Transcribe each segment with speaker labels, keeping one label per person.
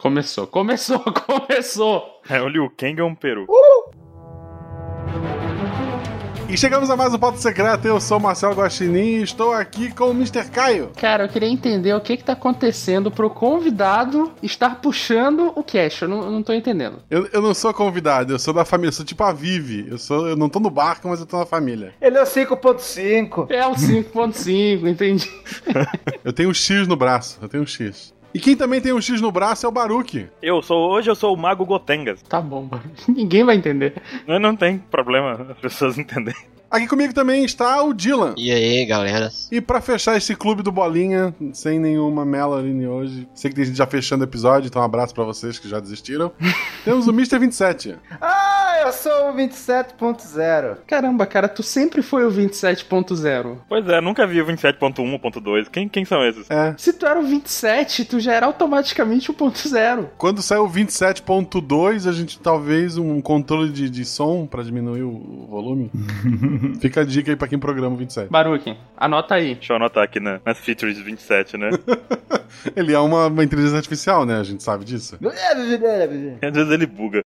Speaker 1: Começou, começou, começou!
Speaker 2: É, o Liu Kang é um peru.
Speaker 3: E chegamos a mais um Papo Secreto. Eu sou o Marcelo Guaxinim e estou aqui com o Mr. Caio.
Speaker 1: Cara, eu queria entender o que que tá acontecendo pro convidado estar puxando o cash. Eu não, eu não tô entendendo.
Speaker 3: Eu, eu não sou convidado, eu sou da família, eu sou tipo a Vivi. Eu, sou, eu não tô no barco, mas eu tô na família.
Speaker 4: Ele é o 5.5.
Speaker 1: É o 5.5, entendi.
Speaker 3: Eu tenho um X no braço, eu tenho um X. E quem também tem um X no braço é o Baruque.
Speaker 2: Eu sou, hoje eu sou o Mago Gotengas.
Speaker 1: Tá bom, mano. Ninguém vai entender.
Speaker 2: Não, não tem problema as pessoas entenderem.
Speaker 3: Aqui comigo também está o Dylan.
Speaker 5: E aí, galera?
Speaker 3: E pra fechar esse clube do Bolinha, sem nenhuma Melanie hoje, sei que tem gente já fechando o episódio, então um abraço pra vocês que já desistiram. Temos o Mr. 27.
Speaker 4: Ah, eu sou o 27.0.
Speaker 1: Caramba, cara, tu sempre foi o 27.0.
Speaker 2: Pois é, nunca vi o 27.1 2. Quem, quem são esses?
Speaker 3: É.
Speaker 1: Se tu era o 27, tu já era automaticamente o ponto zero.
Speaker 3: Quando sair o 27.2, a gente talvez um controle de, de som pra diminuir o o volume. Fica a dica aí pra quem programa o 27.
Speaker 1: Baruque, anota aí.
Speaker 2: Deixa eu anotar aqui na, nas features 27, né?
Speaker 3: Ele é uma, uma inteligência artificial, né? A gente sabe disso.
Speaker 2: Às vezes ele buga.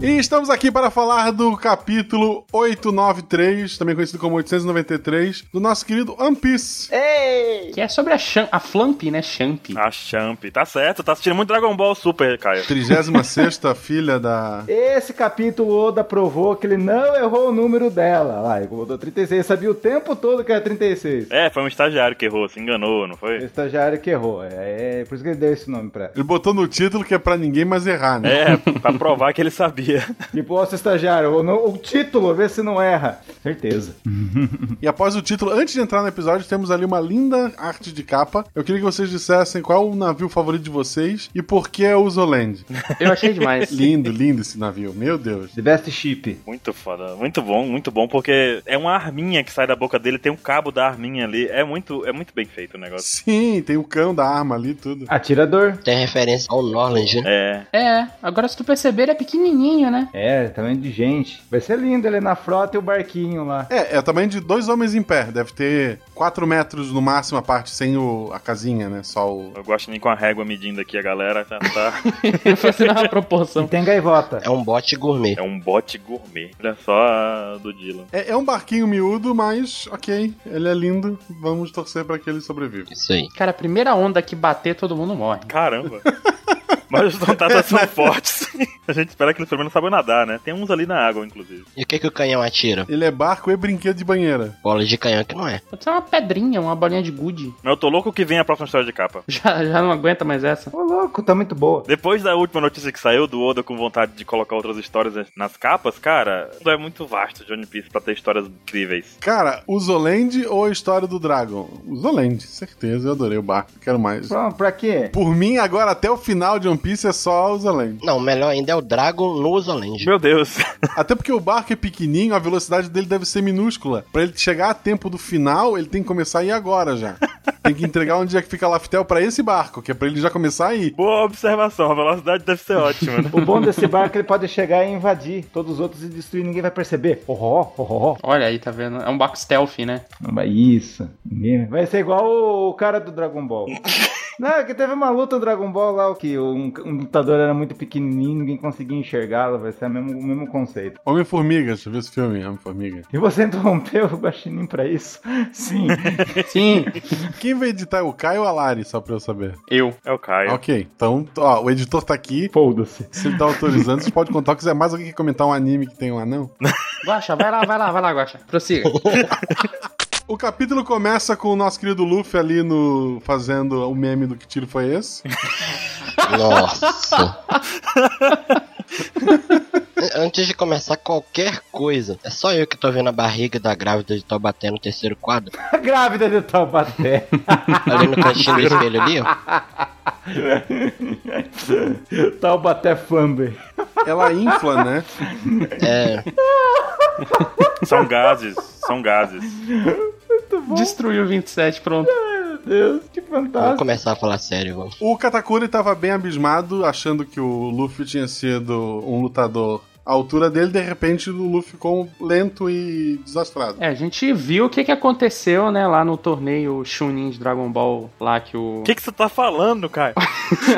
Speaker 3: E estamos aqui para falar do capítulo 893, também conhecido como 893, do nosso querido One Piece.
Speaker 4: Ei!
Speaker 1: Que é sobre a, Sham- a Flamp, né? Champ.
Speaker 2: A Champ, tá certo, tá assistindo muito Dragon Ball Super, Caio.
Speaker 3: 36 filha da.
Speaker 4: Esse capítulo Oda provou que ele não errou o número dela. Lá, ele botou 36, sabia o é tempo todo que era 36.
Speaker 2: É, foi um estagiário que errou, se enganou, não
Speaker 4: O
Speaker 2: foi?
Speaker 4: estagiário que errou. É, é por isso que ele deu esse nome pra ela.
Speaker 3: Ele botou no título que é pra ninguém mais errar, né?
Speaker 2: É, pra provar que ele sabia.
Speaker 4: Tipo, ó, seu estagiário, o, no- o título, vê se não erra. Certeza.
Speaker 3: E após o título, antes de entrar no episódio, temos ali uma linda arte de capa. Eu queria que vocês dissessem qual o navio favorito de vocês e por que é o Zoland.
Speaker 1: Eu achei demais.
Speaker 3: lindo, lindo esse navio, meu Deus.
Speaker 4: The best chip.
Speaker 2: Muito foda, muito bom, muito bom, porque é uma arminha que sai da boca dele, tem um cabo da arminha ali. É muito, é muito bem feito o negócio.
Speaker 3: Sim, tem o cão da arma ali, tudo.
Speaker 4: Atirador.
Speaker 5: Tem referência ao Norland, né?
Speaker 2: É,
Speaker 1: É, agora se tu perceber, ele é pequenininho, né?
Speaker 4: É, tamanho de gente. Vai ser lindo ele na frota e o barquinho lá.
Speaker 3: É, é o tamanho de dois homens em pé. Deve ter 4 metros no máximo a parte sem o, a casinha, né? Só o.
Speaker 2: eu gosto nem com a régua medindo aqui a galera, tá? tá.
Speaker 1: Eu faço uma proporção.
Speaker 4: E tem gaivota.
Speaker 5: É um bote gourmet.
Speaker 2: É um bote gourmet. Olha só a do Dylan.
Speaker 3: É, é um barquinho miúdo, mas ok. Ele é lindo. Vamos torcer pra que ele sobreviva.
Speaker 5: Isso aí.
Speaker 1: Cara, a primeira onda que bater, todo mundo morre.
Speaker 2: Caramba. Mas os contatos são fortes. A gente espera que eles pelo menos saibam nadar, né? Tem uns ali na água, inclusive.
Speaker 5: E o que, que o canhão atira?
Speaker 3: Ele é barco e brinquedo de banheira.
Speaker 5: Bola de canhão que não é.
Speaker 1: Pode ser uma pedrinha, uma bolinha de gude.
Speaker 2: Mas eu tô louco que vem a próxima história de capa.
Speaker 1: Já, já não aguenta mais essa.
Speaker 4: Ô, louco, tá muito boa.
Speaker 2: Depois da última notícia que saiu do Oda com vontade de colocar outras histórias nas capas, cara, é muito vasto de One Piece pra ter histórias incríveis.
Speaker 3: Cara, o Zoland ou a história do Dragon? O Zoland, certeza. Eu adorei o barco. Quero mais.
Speaker 4: Pronto, pra quê?
Speaker 3: Por mim, agora até o final de One Piece é só o Zoland.
Speaker 5: Não, melhor ainda é o Dragon no Zoland.
Speaker 2: Meu Deus.
Speaker 3: Até porque o barco é pequenininho, a velocidade dele deve ser minúscula. Pra ele chegar a tempo do final, ele tem que começar a ir agora já. Tem que entregar onde é que fica a Laftel pra esse barco, que é pra ele já começar a ir.
Speaker 2: Boa observação, a velocidade deve ser ótima, né?
Speaker 4: O bom desse barco é que ele pode chegar e invadir todos os outros e destruir, ninguém vai perceber. Horror, horror.
Speaker 1: Olha aí, tá vendo? É um barco stealth, né?
Speaker 4: Isso. Vai ser igual o, o cara do Dragon Ball. Não, é que teve uma luta no Dragon Ball lá, que um, um lutador era muito pequenininho, ninguém conseguia enxergá-lo, vai ser o mesmo, o mesmo conceito.
Speaker 3: Homem-Formiga, deixa eu ver esse filme, Homem-Formiga.
Speaker 4: E você interrompeu o Guaxinim pra isso? Sim.
Speaker 1: Sim,
Speaker 3: Quem vai editar é o Caio ou a Lari, só pra eu saber?
Speaker 1: eu.
Speaker 2: É o Caio.
Speaker 3: Ok, então, ó, o editor tá aqui.
Speaker 4: Foda-se.
Speaker 3: Se ele tá autorizando, você pode contar. Se quiser mais alguém que comentar um anime que tem um anão.
Speaker 1: Guaxa, vai lá, vai lá, vai lá, Guaxa. Prossiga.
Speaker 3: O capítulo começa com o nosso querido Luffy ali no. fazendo o meme do que tiro foi esse.
Speaker 5: Nossa. Antes de começar qualquer coisa, é só eu que tô vendo a barriga da grávida de Taubaté no terceiro quadro.
Speaker 4: A Tá grávida de Taubaté.
Speaker 5: Ali no cantinho do espelho ali, ó.
Speaker 4: Taubaté Flamber.
Speaker 3: Ela infla, né?
Speaker 5: É,
Speaker 2: São gases, são gases.
Speaker 1: Destruiu o 27, pronto.
Speaker 4: Meu Deus, que fantástico.
Speaker 5: vamos começar a falar sério, vamos.
Speaker 3: O Katakuri tava bem abismado, achando que o Luffy tinha sido um lutador a altura dele, de repente o Luffy ficou lento e desastrado.
Speaker 1: É, a gente viu o que, que aconteceu, né, lá no torneio Chunin de Dragon Ball, lá que o.
Speaker 2: O que, que você tá falando, cara?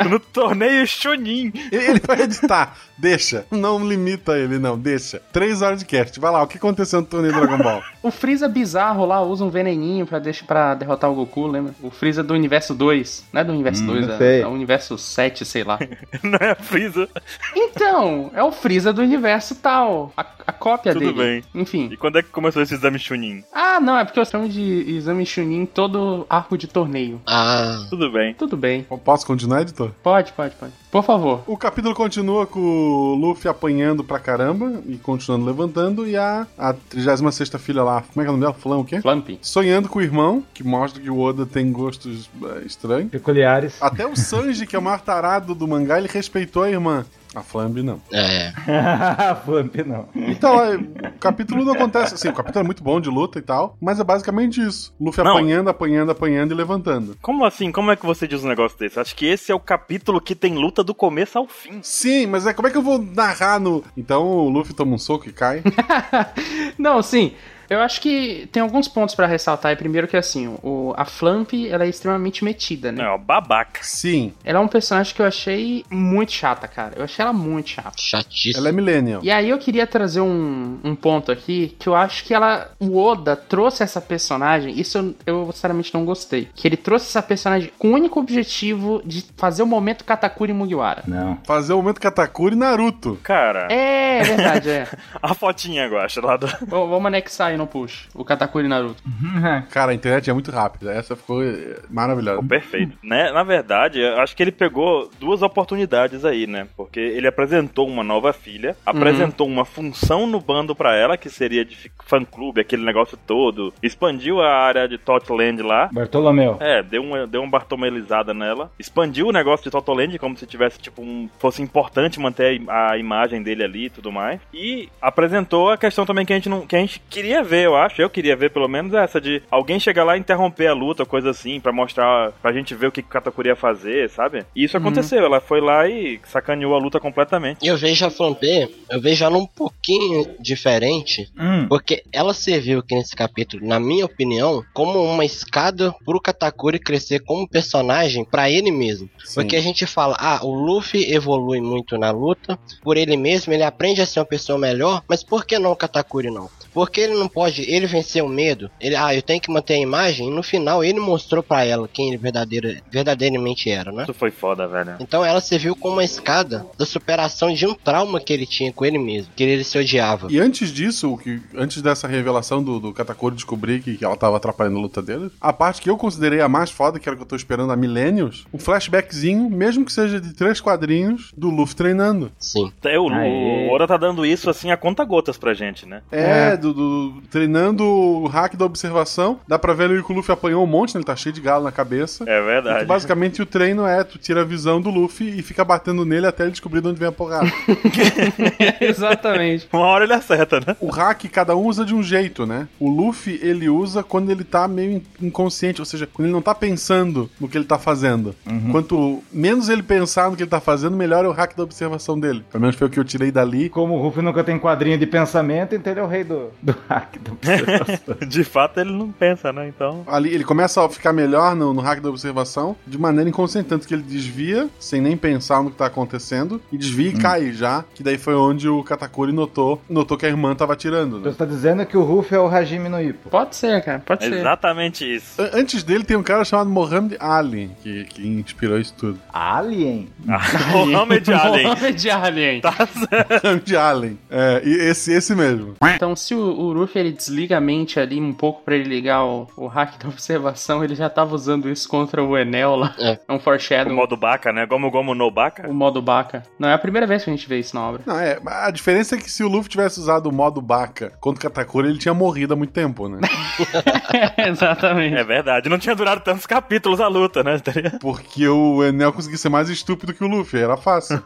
Speaker 2: no torneio Chunin.
Speaker 3: Ele ele vai editar, deixa. Não limita ele, não, deixa. Três horas de cast. Vai lá, o que aconteceu no torneio Dragon Ball?
Speaker 1: O Freeza bizarro lá usa um veneninho pra, deixar, pra derrotar o Goku, lembra? O Freeza do universo 2. Não é do universo 2,
Speaker 4: não
Speaker 1: é,
Speaker 4: sei.
Speaker 1: é o universo 7, sei lá.
Speaker 2: Não é a Freeza.
Speaker 1: então, é o Freeza do universo tal. A, a cópia dele.
Speaker 2: Tudo
Speaker 1: Tudo bem. Enfim.
Speaker 2: E quando é que começou esse exame Chunin?
Speaker 1: Ah, não, é porque eu chamo de exame Chunin todo arco de torneio.
Speaker 5: Ah,
Speaker 2: Tudo bem.
Speaker 1: Tudo bem.
Speaker 3: Posso continuar, editor?
Speaker 1: Pode, pode, pode. Por favor.
Speaker 3: O capítulo continua com o Luffy apanhando pra caramba e continuando levantando. E a, a 36 filha lá, como é que é o nome dela? Flan o quê?
Speaker 1: Flumpy.
Speaker 3: Sonhando com o irmão, que mostra que o Oda tem gostos eh, estranhos.
Speaker 4: Peculiares.
Speaker 3: Até o Sanji, que é o mais tarado do mangá, ele respeitou a irmã. A Flambe não.
Speaker 5: é.
Speaker 4: Flamp, não.
Speaker 3: Então, é, o capítulo não acontece. Assim, o capítulo é muito bom de luta e tal, mas é basicamente isso. Luffy
Speaker 2: Não.
Speaker 3: apanhando, apanhando, apanhando e levantando.
Speaker 2: Como assim? Como é que você diz um negócio desse? Acho que esse é o capítulo que tem luta do começo ao fim.
Speaker 3: Sim, mas é como é que eu vou narrar no. Então o Luffy toma um soco e cai.
Speaker 1: Não, sim. Eu acho que tem alguns pontos pra ressaltar. E primeiro que assim, o, a Flamp, ela é extremamente metida, né?
Speaker 2: Não, é uma babaca.
Speaker 3: Sim,
Speaker 1: Ela é um personagem que eu achei muito chata, cara. Eu achei ela muito chata.
Speaker 5: Chatíssimo.
Speaker 3: ela é millennial.
Speaker 1: E aí eu queria trazer um, um ponto aqui que eu acho que ela. O Oda trouxe essa personagem. Isso eu, eu sinceramente não gostei. Que ele trouxe essa personagem com o único objetivo de fazer o momento Katakuri Mugiwara.
Speaker 4: Não.
Speaker 3: Fazer o momento Katakuri e Naruto.
Speaker 2: Cara,
Speaker 1: É, é verdade, é.
Speaker 2: a fotinha, eu acho, lá do...
Speaker 1: Ô, Vamos anexar e não puxo. O Katakuri Naruto.
Speaker 3: Cara, a internet é muito rápida. Essa ficou eh, maravilhosa.
Speaker 2: Pô, Perfeito. Né? Na verdade, eu acho que ele pegou duas oportunidades aí, né? Porque ele apresentou uma nova filha, apresentou uma função no bando pra ela, que seria de fi- fã-clube, aquele negócio todo, expandiu a área de Totland lá.
Speaker 4: Bartolomeu.
Speaker 2: É, deu uma, deu uma bartomelizada nela. Expandiu o negócio de Totoland como se tivesse, tipo, um. Fosse importante manter a im- a, imagem dele ali e tudo mais. E apresentou a questão também que a gente não. que a gente queria ver, eu acho. Eu queria ver, pelo menos, essa de alguém chegar lá e interromper a luta, coisa assim, pra mostrar. pra gente ver o que que Katakuri ia fazer, sabe? E isso aconteceu. Ela foi lá e sacaneou a luta completamente.
Speaker 5: Eu vejo a Flambe, eu vejo ela um pouquinho diferente,
Speaker 4: Hum.
Speaker 5: porque ela serviu aqui nesse capítulo, na minha opinião, como uma escada pro Katakuri crescer como personagem pra ele mesmo.
Speaker 3: Sim.
Speaker 5: Porque a gente fala, ah, o Luffy evolui muito na luta, por ele mesmo, ele aprende a ser uma pessoa melhor, mas por que não o Katakuri não? Porque ele não pode, ele venceu o medo, ele, ah, eu tenho que manter a imagem, e no final ele mostrou pra ela quem ele verdadeira- verdadeiramente era, né?
Speaker 2: Isso foi foda, velho.
Speaker 5: Então ela serviu como uma escada da superação de um trauma que ele tinha com ele mesmo, que ele se odiava.
Speaker 3: E antes disso, o que, antes dessa revelação do, do Katakuri descobrir que, que ela tava atrapalhando a luta dele, a parte que eu considerei a mais foda, que era o que eu tô esperando há milênios, um flashbackzinho, mesmo que seja de três quadrinhos, do Luffy treinando.
Speaker 5: Sim.
Speaker 2: Até o,
Speaker 4: Aê.
Speaker 2: o Oda tá dando isso assim a conta gotas pra gente, né?
Speaker 3: É, Do, do- treinando o hack da observação. Dá pra ver ali que o Luffy apanhou um monte, né? Ele tá cheio de galo na cabeça.
Speaker 2: É
Speaker 3: Então,
Speaker 2: verdade.
Speaker 3: basicamente o treino é, tu tira a visão do Luffy e fica batendo nele até ele descobrir de onde vem a porrada.
Speaker 1: Exatamente.
Speaker 2: Uma hora ele acerta, né?
Speaker 3: O hack cada um usa de um jeito, né? O Luffy, ele usa quando ele tá meio in- inconsciente, ou seja, quando ele não tá pensando no que ele tá fazendo. Quanto menos ele pensar no que ele tá fazendo, melhor é o hack da observação dele. Pelo menos foi o que eu tirei dali.
Speaker 4: Como o Ruff nunca tem quadrinho de pensamento, então ele é o rei do, do hack da observação.
Speaker 2: De fato ele não pensa, né? Então.
Speaker 3: Ali ele começa a ficar melhor no, no hack da observação de maneira inconsciente, tanto que ele desvia, sem nem pensar no que tá acontecendo, e desvia e cai já, que daí foi onde o Katakuri notou, notou que a irmã tava tirando, né?
Speaker 4: então você tá dizendo que o Ruff é o Hajime no Ipo.
Speaker 1: Pode ser, cara. Pode ser.
Speaker 2: Exatamente isso.
Speaker 3: An- Antes dele tem um cara chamado Mohamed Ali, que, que inspirou isso tudo.
Speaker 4: Alien?
Speaker 2: Ah, Mohamed Allen.
Speaker 1: Mohamed Alien.
Speaker 2: Tá certo.
Speaker 3: Mohamed Allen. É, e esse, esse mesmo.
Speaker 1: Então, se o, o Ruffy ele desliga a mente ali um pouco pra ele ligar o, o hack da observação, ele já tava usando isso contra o Enel lá.
Speaker 5: É.
Speaker 1: É um
Speaker 2: O
Speaker 1: foreshadow.
Speaker 2: modo Baca, né? Gomu Gomu no Baca.
Speaker 1: O modo Baca. Não é a primeira vez que a gente vê isso na obra.
Speaker 3: Não, é, a diferença é que se o Luffy tivesse usado o modo Baca contra o Katakuri, ele tinha morrido há muito tempo, né?
Speaker 1: Exatamente.
Speaker 2: É verdade, não tinha durado tantos capítulos a luta, né? Teria-
Speaker 3: Porque o Enel conseguia ser mais estúpido que o Luffy, era fácil.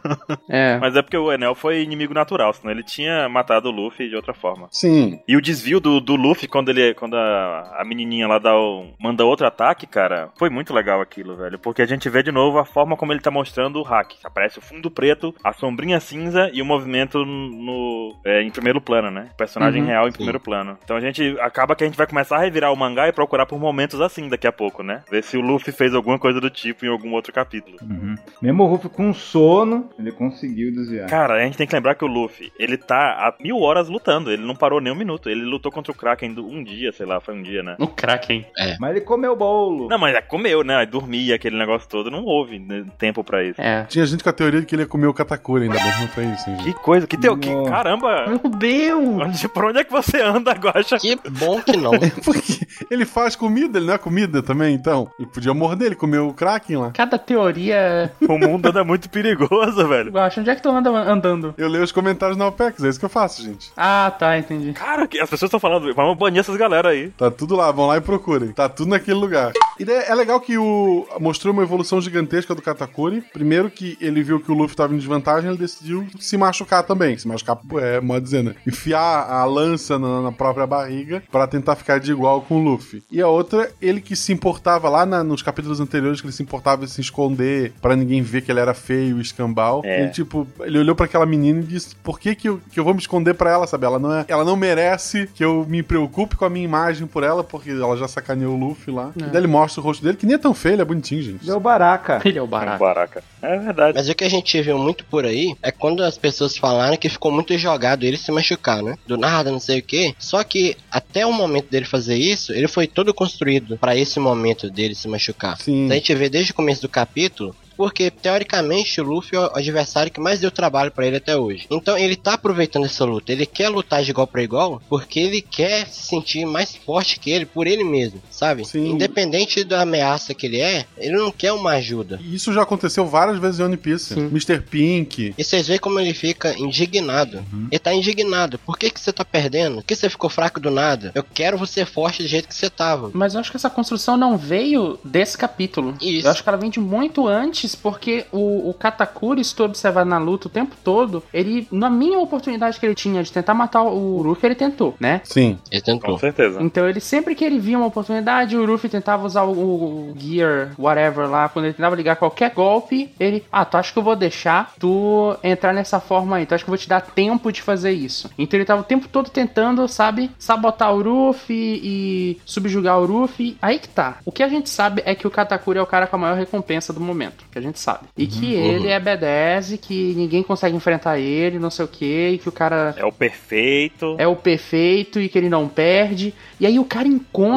Speaker 1: É.
Speaker 2: Mas é porque o Enel foi inimigo natural, senão ele tinha matado o Luffy de outra forma.
Speaker 3: Sim, Sim.
Speaker 2: E o desvio do, do Luffy quando ele quando a, a menininha lá dá o- manda outro ataque, cara, foi muito legal aquilo, velho. Porque a gente vê de novo a forma como ele tá mostrando o hack. Aparece o fundo preto, a sombrinha cinza e o movimento no é, em primeiro plano, né? O personagem
Speaker 1: Uhum,
Speaker 2: real em
Speaker 5: sim.
Speaker 2: primeiro plano. Então a gente acaba que a gente vai começar a revirar o mangá e procurar por momentos assim daqui a pouco, né? Ver se o Luffy fez alguma coisa do tipo em algum outro capítulo.
Speaker 4: Uhum. Mesmo o Ruff com sono, ele conseguiu desviar.
Speaker 2: Cara, a gente tem que lembrar que o Luffy, ele tá há mil horas lutando, ele não parou nem um minuto. Ele lutou contra o Kraken do- um dia, sei lá, foi um dia, né?
Speaker 1: No Kraken.
Speaker 4: Mas ele comeu o bolo.
Speaker 2: Não, mas é, comeu, né? Aí Dormia, aquele negócio todo, não houve né, tempo pra isso.
Speaker 1: É.
Speaker 3: Tinha gente com a teoria de que ele ia comer o Katakuri, ainda bem que não foi isso, hein, gente.
Speaker 2: Que coisa, que teu, que
Speaker 4: Nossa.
Speaker 2: caramba!
Speaker 1: Meu Deus!
Speaker 2: Onde, por onde é que você anda, Guaxa?
Speaker 5: Que bom que não.
Speaker 3: Porque ele faz comida, ele não é comida também, então. Ele podia morder, ele comeu o Kraken lá.
Speaker 1: Cada teoria.
Speaker 2: O mundo anda muito perigoso, velho.
Speaker 1: Eu acho, onde é que tu anda andando?
Speaker 3: Eu leio os comentários na OPEX, é isso que eu faço, gente.
Speaker 1: Ah, tá, entendi.
Speaker 2: Cara, que- as pessoas estão falando, vamos banir essas galera aí.
Speaker 3: Tá tudo lá, vão lá e procurem. Tá tudo naquele lugar. E daí é legal que o mostrou uma evolução gigantesca do Katakuri. Primeiro que ele viu que o Luffy tava em desvantagem, ele decidiu se machucar também. Se machucar, é, modo dizendo, enfiar a lança na, na própria barriga pra tentar ficar de igual com o Luffy. E a outra, ele que se importava lá na- nos capítulos anteriores, que ele se importava em se esconder pra ninguém ver que ele era feio, escambau.
Speaker 2: É.
Speaker 3: Ele, tipo, ele olhou pra aquela menina e disse: Por que que eu, que eu vou me esconder pra ela, sabe? Ela não, é, ela não merece que eu me preocupe com a minha imagem por ela, porque ela já sacaneou o Luffy lá.
Speaker 1: É.
Speaker 3: E daí ele mostra o rosto dele, que nem é tão feio, ele é bonitinho, gente.
Speaker 4: Deu baraca.
Speaker 1: Ele é o
Speaker 2: Um
Speaker 1: barato.
Speaker 2: Baraca. É verdade.
Speaker 5: Mas o que a gente viu muito por aí é quando as pessoas falaram que ficou muito jogado ele se machucar, né? Do nada, não sei o que. Só que até o momento dele fazer isso, ele foi todo construído pra esse momento dele se machucar. Então
Speaker 3: Sim.
Speaker 5: A gente vê desde o começo do capítulo. Porque, teoricamente, o Luffy é o adversário que mais deu trabalho pra ele até hoje. Então, ele tá aproveitando essa luta. Ele quer lutar de igual pra igual, porque ele quer se sentir mais forte que ele por ele mesmo, sabe?
Speaker 3: Sim.
Speaker 5: Independente da ameaça que ele é, ele não quer uma ajuda.
Speaker 3: E Isso já aconteceu várias vezes em One Piece.
Speaker 1: Sim.
Speaker 3: Mr. Pink.
Speaker 5: E vocês veem como ele fica indignado. Ele tá indignado. Por que, que você tá perdendo? Por que você ficou fraco do nada? Eu quero você forte do jeito que você tava.
Speaker 1: Mas eu acho que essa construção não veio desse capítulo.
Speaker 5: Isso.
Speaker 1: Eu acho que ela vem de muito antes, porque o, o Katakuri, se tu observar na luta o tempo todo, ele, na mínima oportunidade que ele tinha de tentar matar o Luffy, ele tentou, né?
Speaker 3: Sim.
Speaker 5: Ele
Speaker 2: Com
Speaker 5: tentou.
Speaker 2: certeza.
Speaker 1: Então ele sempre que ele via uma oportunidade, o Luffy tentava usar o, o Gear, whatever lá, quando ele tentava ligar qualquer golpe, ele, ah, tu acha que eu vou deixar tu entrar nessa forma aí, tu acha que eu vou te dar tempo de fazer isso. Então ele tava o tempo todo tentando, sabe, sabotar o Luffy e subjugar o Luffy. Aí que tá. O que a gente sabe é que o Katakuri é o cara com a maior recompensa do momento, que a gente sabe. E que ele é B10, que ninguém consegue enfrentar ele, não sei o que, e que o cara
Speaker 2: É o perfeito.
Speaker 1: é o perfeito e que ele não perde. E aí o cara encontra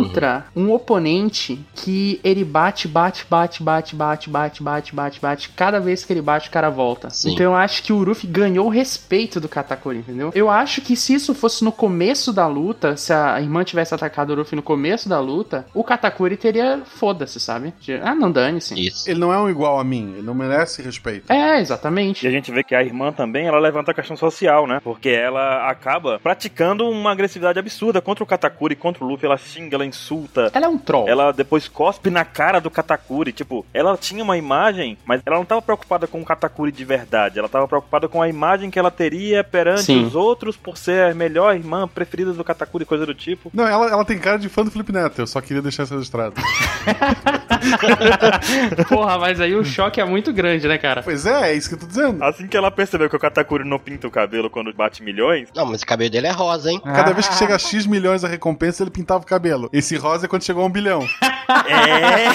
Speaker 2: Uhum.
Speaker 1: um oponente que ele bate, bate, bate, bate, bate, bate, bate, bate, bate. Cada vez que ele bate, o cara volta.
Speaker 5: Sim.
Speaker 1: Então eu acho que o Ruffy ganhou o respeito do Katakuri, entendeu? Eu acho que se isso fosse no começo da luta, se a irmã tivesse atacado o Ruffy no começo da luta, o Katakuri teria foda-se, sabe? De, Ah, não dane-se.
Speaker 5: Isso.
Speaker 3: Ele não é um igual a mim, ele não merece respeito.
Speaker 1: É,
Speaker 2: E
Speaker 1: exatamente.
Speaker 2: a gente vê que a irmã também, ela levanta a questão social, né? Porque ela acaba praticando uma agressividade absurda contra o Katakuri, contra o Luffy. Ela xinga, ela insulta.
Speaker 1: Ela é um troll.
Speaker 2: Ela depois cospe na cara do Katakuri. Tipo, ela tinha uma imagem, mas ela não tava preocupada com o Katakuri de verdade. Ela tava preocupada com a imagem que ela teria perante
Speaker 1: Sim.
Speaker 2: os outros por ser a melhor irmã preferida do Katakuri, coisa do tipo.
Speaker 3: Não, ela, ela tem cara de fã do Felipe Neto, eu só queria deixar isso registrado.
Speaker 1: Porra, mas aí o choque é muito grande, né, cara?
Speaker 3: pois é, é isso que eu tô dizendo.
Speaker 2: Assim que ela percebeu que o Katakuri não pinta o cabelo quando bate milhões,
Speaker 5: Não, mas o cabelo dele é rosa, hein?
Speaker 3: Cada vez que chega a X milhões a recompensa, ele pintava o cabelo. Esse rosa é quando chegou a um bilhão.
Speaker 2: é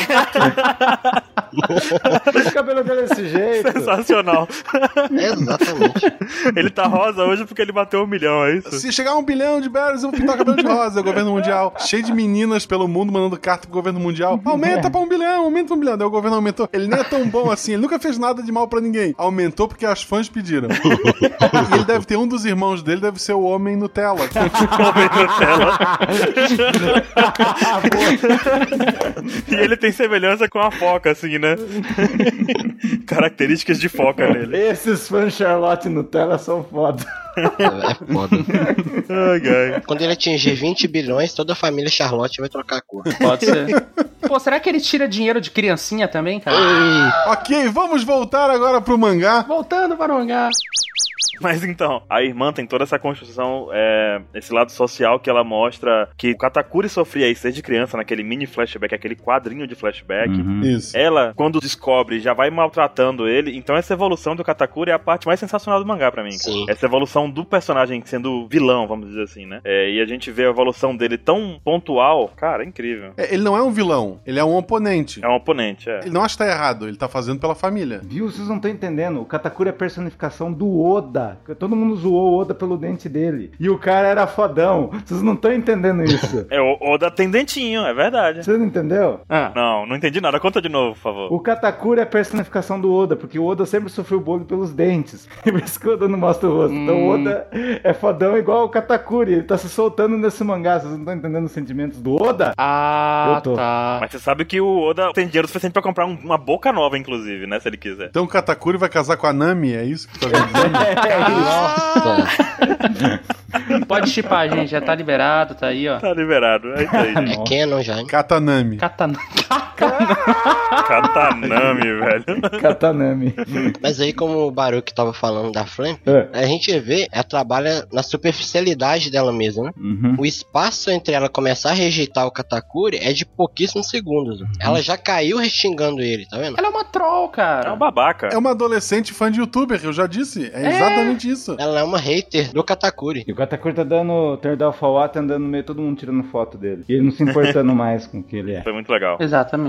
Speaker 4: O cabelo dele é desse jeito.
Speaker 2: sensacional.
Speaker 5: Exatamente.
Speaker 2: Ele tá rosa hoje porque ele bateu um milhão, é isso?
Speaker 3: Se chegar a um bilhão de berries, eu vou pintar o cabelo de rosa, governo mundial. Cheio de meninas pelo mundo mandando carta pro governo mundial. Aumenta pra um bilhão, aumenta pra um bilhão. Daí o governo aumentou. Ele nem é tão bom assim, ele nunca fez nada de mal pra ninguém. Aumentou porque as fãs pediram. E ele deve ter um dos irmãos dele, deve ser o homem Nutella.
Speaker 2: E ele tem semelhança com a foca, assim, né? Características de foca nele.
Speaker 4: Esses fãs Charlotte Nutella são foda.
Speaker 5: é foda.
Speaker 2: Ai, ai.
Speaker 5: Quando ele atingir 20 bilhões, toda a família Charlotte vai trocar a cor.
Speaker 1: Pode ser. Pô, será que ele tira dinheiro de criancinha também, cara?
Speaker 5: Ei,
Speaker 3: ok, vamos voltar agora pro mangá.
Speaker 1: Voltando para o mangá.
Speaker 2: Mas então, a irmã tem toda essa construção, é, esse lado social que ela mostra que o Katakuri sofria isso desde criança, naquele mini flashback, aquele quadrinho de flashback.
Speaker 3: Isso.
Speaker 2: Ela, quando descobre, já vai maltratando ele. Então, essa evolução do Katakuri é a parte mais sensacional do mangá pra mim.
Speaker 5: Sim.
Speaker 2: Essa evolução do personagem sendo vilão, vamos dizer assim, né? É, e a gente vê a evolução dele tão pontual. Cara, é incrível.
Speaker 3: É, ele não é um vilão, ele é um oponente.
Speaker 2: É um oponente, é.
Speaker 3: Ele não acha que tá errado, ele tá fazendo pela família.
Speaker 4: Viu? Vocês não estão entendendo. O Katakuri é a personificação do Oda. Todo mundo zoou o Oda pelo dente dele. E o cara era fodão. Vocês não estão entendendo isso.
Speaker 2: É o Oda tem dentinho, é verdade.
Speaker 4: Você não entendeu?
Speaker 1: Ah,
Speaker 2: Não, não entendi nada. Conta de novo, por favor.
Speaker 4: O Katakuri é a personificação do Oda, porque o Oda sempre sofreu bullying pelos dentes. E por isso que o Oda não mostra o rosto. Então o Oda é fodão igual o Katakuri. Ele tá se soltando nesse mangá. Vocês não estão entendendo os sentimentos do Oda?
Speaker 1: ah
Speaker 4: Eu tô.
Speaker 1: tá.
Speaker 2: Mas você sabe que o Oda tem dinheiro suficiente pra comprar um- uma boca nova, inclusive, né? Se ele quiser.
Speaker 3: Então o Katakuri vai casar com a Nami, é isso que tu tá me dizendo?
Speaker 5: Nossa!
Speaker 1: Pode chipar, gente. Já tá liberado, tá aí, ó.
Speaker 2: Tá liberado. É isso aí, gente.
Speaker 5: É Canon já, hein?
Speaker 3: Katanami.
Speaker 1: Katana.
Speaker 2: Katanami, velho.
Speaker 4: Katanami.
Speaker 5: Mas aí, como o Baruch tava falando da Flame,
Speaker 4: É.
Speaker 5: a gente vê, ela trabalha na superficialidade dela mesma, né?
Speaker 4: Uhum.
Speaker 5: O espaço entre ela começar a rejeitar o Katakuri é de pouquíssimos segundos. Ela já caiu xingando ele, tá vendo?
Speaker 1: Ela é uma troll,
Speaker 2: É um
Speaker 1: cara.
Speaker 2: babaca.
Speaker 3: É uma adolescente fã de youtuber, eu já disse. É exatamente isso.
Speaker 5: Ela é uma hater do Katakuri.
Speaker 4: E o Katakuri tá dando Turn Down for What, andando no meio, todo mundo tirando foto dele. E ele não se importando mais com o que ele é.
Speaker 2: Foi muito legal.
Speaker 1: Exatamente.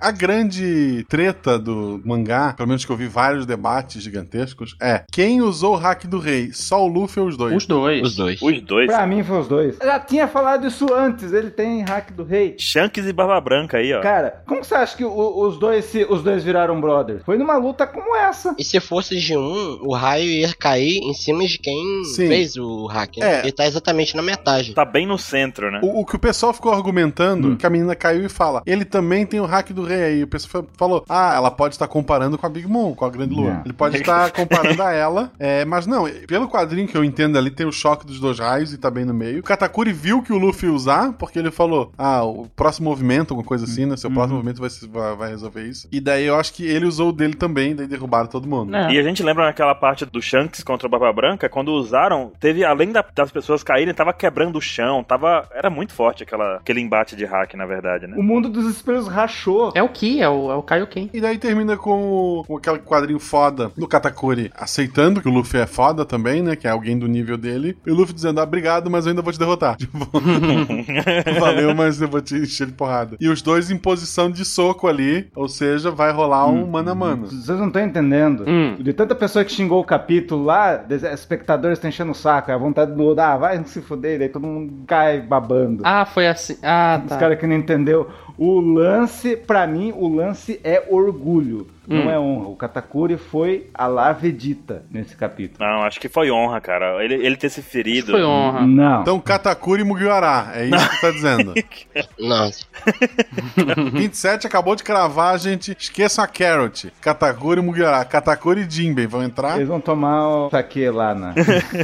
Speaker 3: A grande treta do mangá, pelo menos que eu vi vários debates gigantescos, é quem usou o hack do rei? Só o Luffy ou os dois?
Speaker 1: Os dois.
Speaker 5: Os dois.
Speaker 2: Os dois.
Speaker 4: Pra mim foi os dois. Já tinha falado isso antes, ele tem hack do rei.
Speaker 2: Shanks e Barba Branca aí, ó.
Speaker 4: Cara, como que você acha que o- os, dois se- os dois viraram brothers? Foi numa luta como essa.
Speaker 5: E se fosse de um, o raio ia cair em cima de quem
Speaker 3: Sim.
Speaker 5: fez o hack.
Speaker 3: É.
Speaker 5: né? Ele tá exatamente na metade.
Speaker 2: Tá bem no centro, né?
Speaker 3: O, o que o pessoal ficou argumentando, que a menina caiu e fala, ele também tem o hack do rei aí. O pessoal fa- falou, ah, ela pode estar comparando com a Big Mom, com a Grande Lua.
Speaker 4: Não.
Speaker 3: Ele pode estar comparando a ela, é, mas não, pelo quadrinho que eu entendo ali, tem o choque dos dois raios e tá bem no meio. O Katakuri viu que o Luffy ia usar, porque ele falou, ah, o próximo movimento, alguma coisa assim, né? Seu próximo movimento vai, se- vai- vai resolver isso. E daí eu acho que ele usou o dele também, daí derrubaram todo mundo.
Speaker 1: É.
Speaker 2: E a gente lembra naquela parte do Shanks contra o Barba Branca, quando usaram, teve, além da- das pessoas caírem, tava quebrando o chão, tava. Era muito forte aquela, aquele embate de hack, na verdade, né?
Speaker 4: O mundo dos espelhos rachou.
Speaker 1: É o Ki, é o, é o Kaioken.
Speaker 3: E daí termina com, o- com aquele quadrinho foda do Katakuri aceitando que o Luffy é foda também, né? Que é alguém do nível dele. E o Luffy dizendo, ah, obrigado, mas eu ainda vou te derrotar. Tipo, valeu, mas eu vou te encher de porrada. E os dois em posição de soco ali, ou seja, vai rolar um mano a mano.
Speaker 4: Vocês não estão entendendo.
Speaker 1: Hum.
Speaker 4: De tanta pessoa que xingou o capítulo lá, des- espectadores estão enchendo o saco. É a vontade do Oda, ah, vai se fuder, daí todo mundo cai babando.
Speaker 1: Ah, foi assim. Ah,
Speaker 4: Os
Speaker 1: tá.
Speaker 4: caras que não entendeu. O lance, pra mim, o lance é orgulho,
Speaker 1: Hum.
Speaker 4: não é honra. O Katakuri foi a lá Vegeta nesse capítulo.
Speaker 2: Não, acho que foi honra, cara. Ele, ele ter se ferido.
Speaker 1: Foi honra.
Speaker 4: Não.
Speaker 3: Então, Katakuri e Mugiwara, é isso que tu tá dizendo.
Speaker 5: Nossa.
Speaker 3: 27 acabou de cravar, gente. Esqueçam a Carrot. Katakuri e Mugiwara. Katakuri e Jinbei vão entrar.
Speaker 4: Eles vão tomar o saque lá na-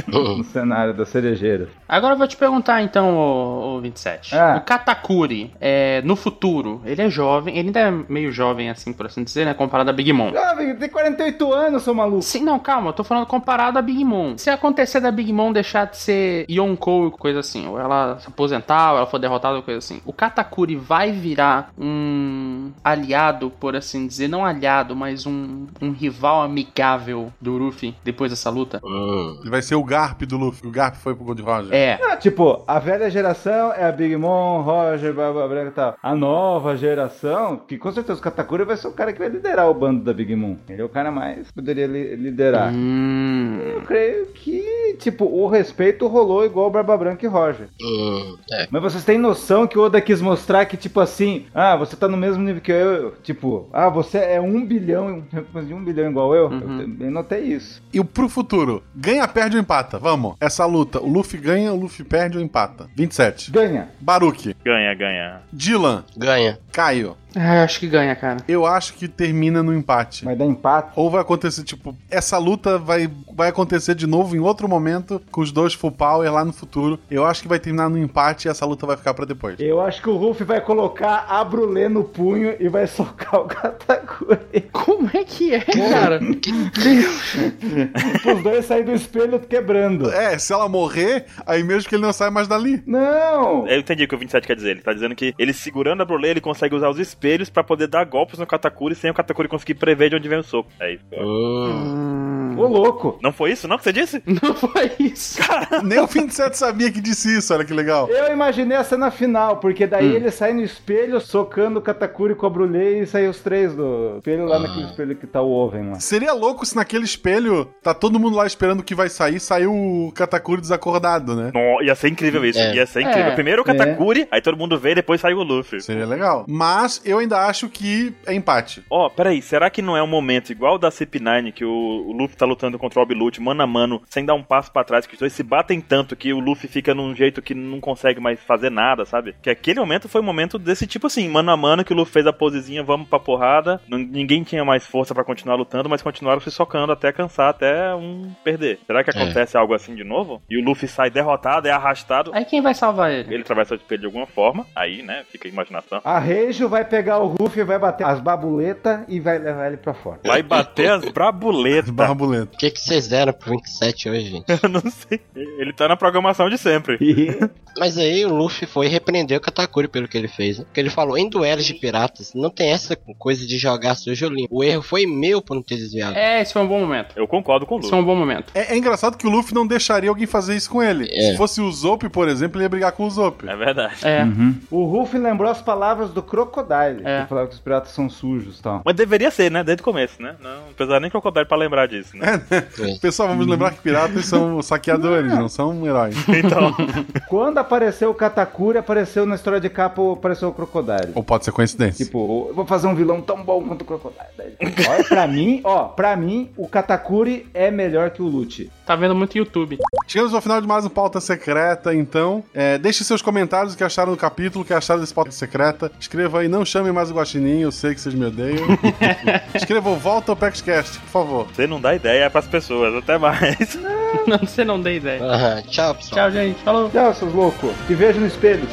Speaker 4: no cenário da cerejeira.
Speaker 1: Agora eu vou te perguntar então, ô, ô 27.
Speaker 4: Ah.
Speaker 1: O Katakuri, é, no futuro, ele é jovem, ele ainda é meio jovem, assim, por assim dizer, né? Comparado a Big Mom.
Speaker 4: Jovem, tem 48 anos, seu maluco.
Speaker 1: Sim, não, calma, eu tô falando comparado à Big Mom. Se acontecer da Big Mom deixar de ser Yonkou, coisa assim, ou ela se aposentar, ou ela for derrotada, ou coisa assim, o Katakuri vai virar um aliado, por assim dizer, não aliado, mas um, um rival amigável do Luffy depois dessa luta?
Speaker 5: Hum.
Speaker 3: Ele vai ser o Garp do Luffy. O Garp foi pro Gold Roger.
Speaker 1: É.
Speaker 4: Ah, tipo, a velha geração é a Big Mom, Roger, Barba Branca e tal. A nova geração, que com certeza o Katakuri vai ser o cara que vai liderar o bando da Big Mom. Ele é o cara mais que poderia li- liderar.
Speaker 1: Hum.
Speaker 4: Eu creio que, tipo, o respeito rolou igual Barba Branca e Roger.
Speaker 5: Hum. É.
Speaker 4: Mas vocês têm noção que o Oda quis mostrar que, tipo assim, ah, você tá no mesmo nível que eu, tipo, ah, você é um bilhão, de um bilhão igual eu.
Speaker 1: Uhum.
Speaker 4: Eu também notei isso.
Speaker 3: E pro futuro, ganha, perde ou empata? Vamos. Essa luta, o Luffy ganha, o Luffy perde ou empata? 27.
Speaker 4: Ganha.
Speaker 3: Baruque,
Speaker 2: Ganha, ganha.
Speaker 3: Dylan,
Speaker 5: Ganha.
Speaker 3: Caio.
Speaker 1: Ah, eu acho que ganha, cara.
Speaker 3: Eu acho que termina no empate.
Speaker 4: Vai dar empate.
Speaker 3: Ou vai acontecer, tipo, essa luta vai, vai acontecer de novo em outro momento com os dois full power lá no futuro. Eu acho que vai terminar no empate e essa luta vai ficar pra depois.
Speaker 4: Eu acho que o Ruff vai colocar a Brulé no punho e vai socar o Katakuri.
Speaker 1: Como é que é, cara?
Speaker 4: Os dois saem do espelho quebrando.
Speaker 3: É, se ela morrer, aí mesmo que ele não sai mais dali.
Speaker 4: Não!
Speaker 2: Eu entendi o que o 27 quer dizer. Ele tá dizendo que ele segurando a Brulé, ele consegue usar os espelhos pra poder dar golpes no Katakuri sem o Katakuri conseguir prever de onde vem o soco. É isso.
Speaker 5: Hum.
Speaker 4: Ô louco!
Speaker 2: Não foi isso, não, que você disse?
Speaker 1: Hum. Não foi isso.
Speaker 3: Nem o 27 sabia que disse isso, olha que legal.
Speaker 4: Eu imaginei a cena final, porque daí ele sai no espelho socando o Katakuri com a Brulé e sai os três do espelho lá naquele espelho que tá o Oven lá.
Speaker 3: Seria louco se naquele espelho tá todo mundo lá esperando o que vai sair, saiu o Katakuri desacordado, né?
Speaker 2: Não, ia ser incrível isso.
Speaker 5: É.
Speaker 2: Ia ser incrível.
Speaker 1: É.
Speaker 2: Primeiro o Katakuri, aí todo mundo vê, depois sai o Luffy.
Speaker 3: Seria legal. Mas eu ainda acho que é empate.
Speaker 2: Ó, peraí, será que não é um momento igual o da CP9 que o, o Luffy tá lutando contra o Oblute mano a mano, sem dar um passo pra trás, que os dois se batem tanto que o Luffy fica num jeito que não consegue mais fazer nada, sabe? Que aquele momento foi um momento desse tipo assim, mano a mano, que o Luffy fez a posezinha, vamos pra porrada, não- ninguém tinha mais força pra continuar lutando, mas continuaram se socando até cansar, até um perder. Será que
Speaker 5: É.
Speaker 2: acontece algo assim de novo? E o Luffy sai derrotado, é arrastado,
Speaker 1: Aí quem vai salvar ele?
Speaker 2: ele atravessa o espelho de alguma forma, aí, né, fica a imaginação.
Speaker 4: A Reijo vai pegar o Ruff, vai bater as babuletas e vai levar ele pra fora.
Speaker 2: Vai bater as brabuletas.
Speaker 3: Barbuleto.
Speaker 5: O que, que vocês deram pro 27 hoje, gente?
Speaker 2: Eu não sei. Ele tá na programação de sempre.
Speaker 5: Mas aí o Luffy foi repreender o Katakuri pelo que ele fez. Né? Porque ele falou, em duelos de piratas, não tem essa coisa de jogar sujo limpo. O erro foi meu por não ter desviado.
Speaker 1: É, esse foi um bom momento.
Speaker 2: Eu concordo com o
Speaker 1: Esse foi
Speaker 2: Lu.
Speaker 1: um bom momento.
Speaker 3: É, é engraçado que o Luffy não deixaria alguém fazer isso com ele.
Speaker 5: É.
Speaker 3: Se fosse o Zop, por exemplo, ele ia brigar com o Zop.
Speaker 2: É verdade.
Speaker 1: É.
Speaker 4: O Ruff lembrou as palavras do Crocodile,
Speaker 1: É.
Speaker 4: que falava que os piratas são sujos e tal.
Speaker 2: Mas deveria ser, né? Desde o começo, né? Não precisava nem crocodile pra lembrar disso, né?
Speaker 3: Pessoal, vamos lembrar que piratas são saqueadores, não são heróis.
Speaker 2: Então,
Speaker 4: Quando apareceu o Katakuri, apareceu na história de capa, apareceu o Crocodile.
Speaker 3: Ou pode ser coincidência.
Speaker 4: Tipo, eu vou fazer um vilão tão bom quanto o Crocodile. Daí, Olha, pra mim, ó, pra mim, o Katakuri é melhor que o Lute.
Speaker 1: Tá vendo muito YouTube.
Speaker 3: Chegamos ao final de mais um Pauta Secreta, então. É, deixe seus comentários o que acharam do capítulo, o que acharam desse Pauta Secreta. Escreva aí, não chame mais o Guaxinim, eu sei que vocês me odeiam. Escreva o Volta ao PaxCast, por favor.
Speaker 2: você não dá ideia pras pessoas. Até mais.
Speaker 1: Não, você não deu ideia.
Speaker 5: Aham, tchau, pessoal.
Speaker 1: Tchau, gente. Falou.
Speaker 4: Tchau, seus loucos. Te vejo no espelho.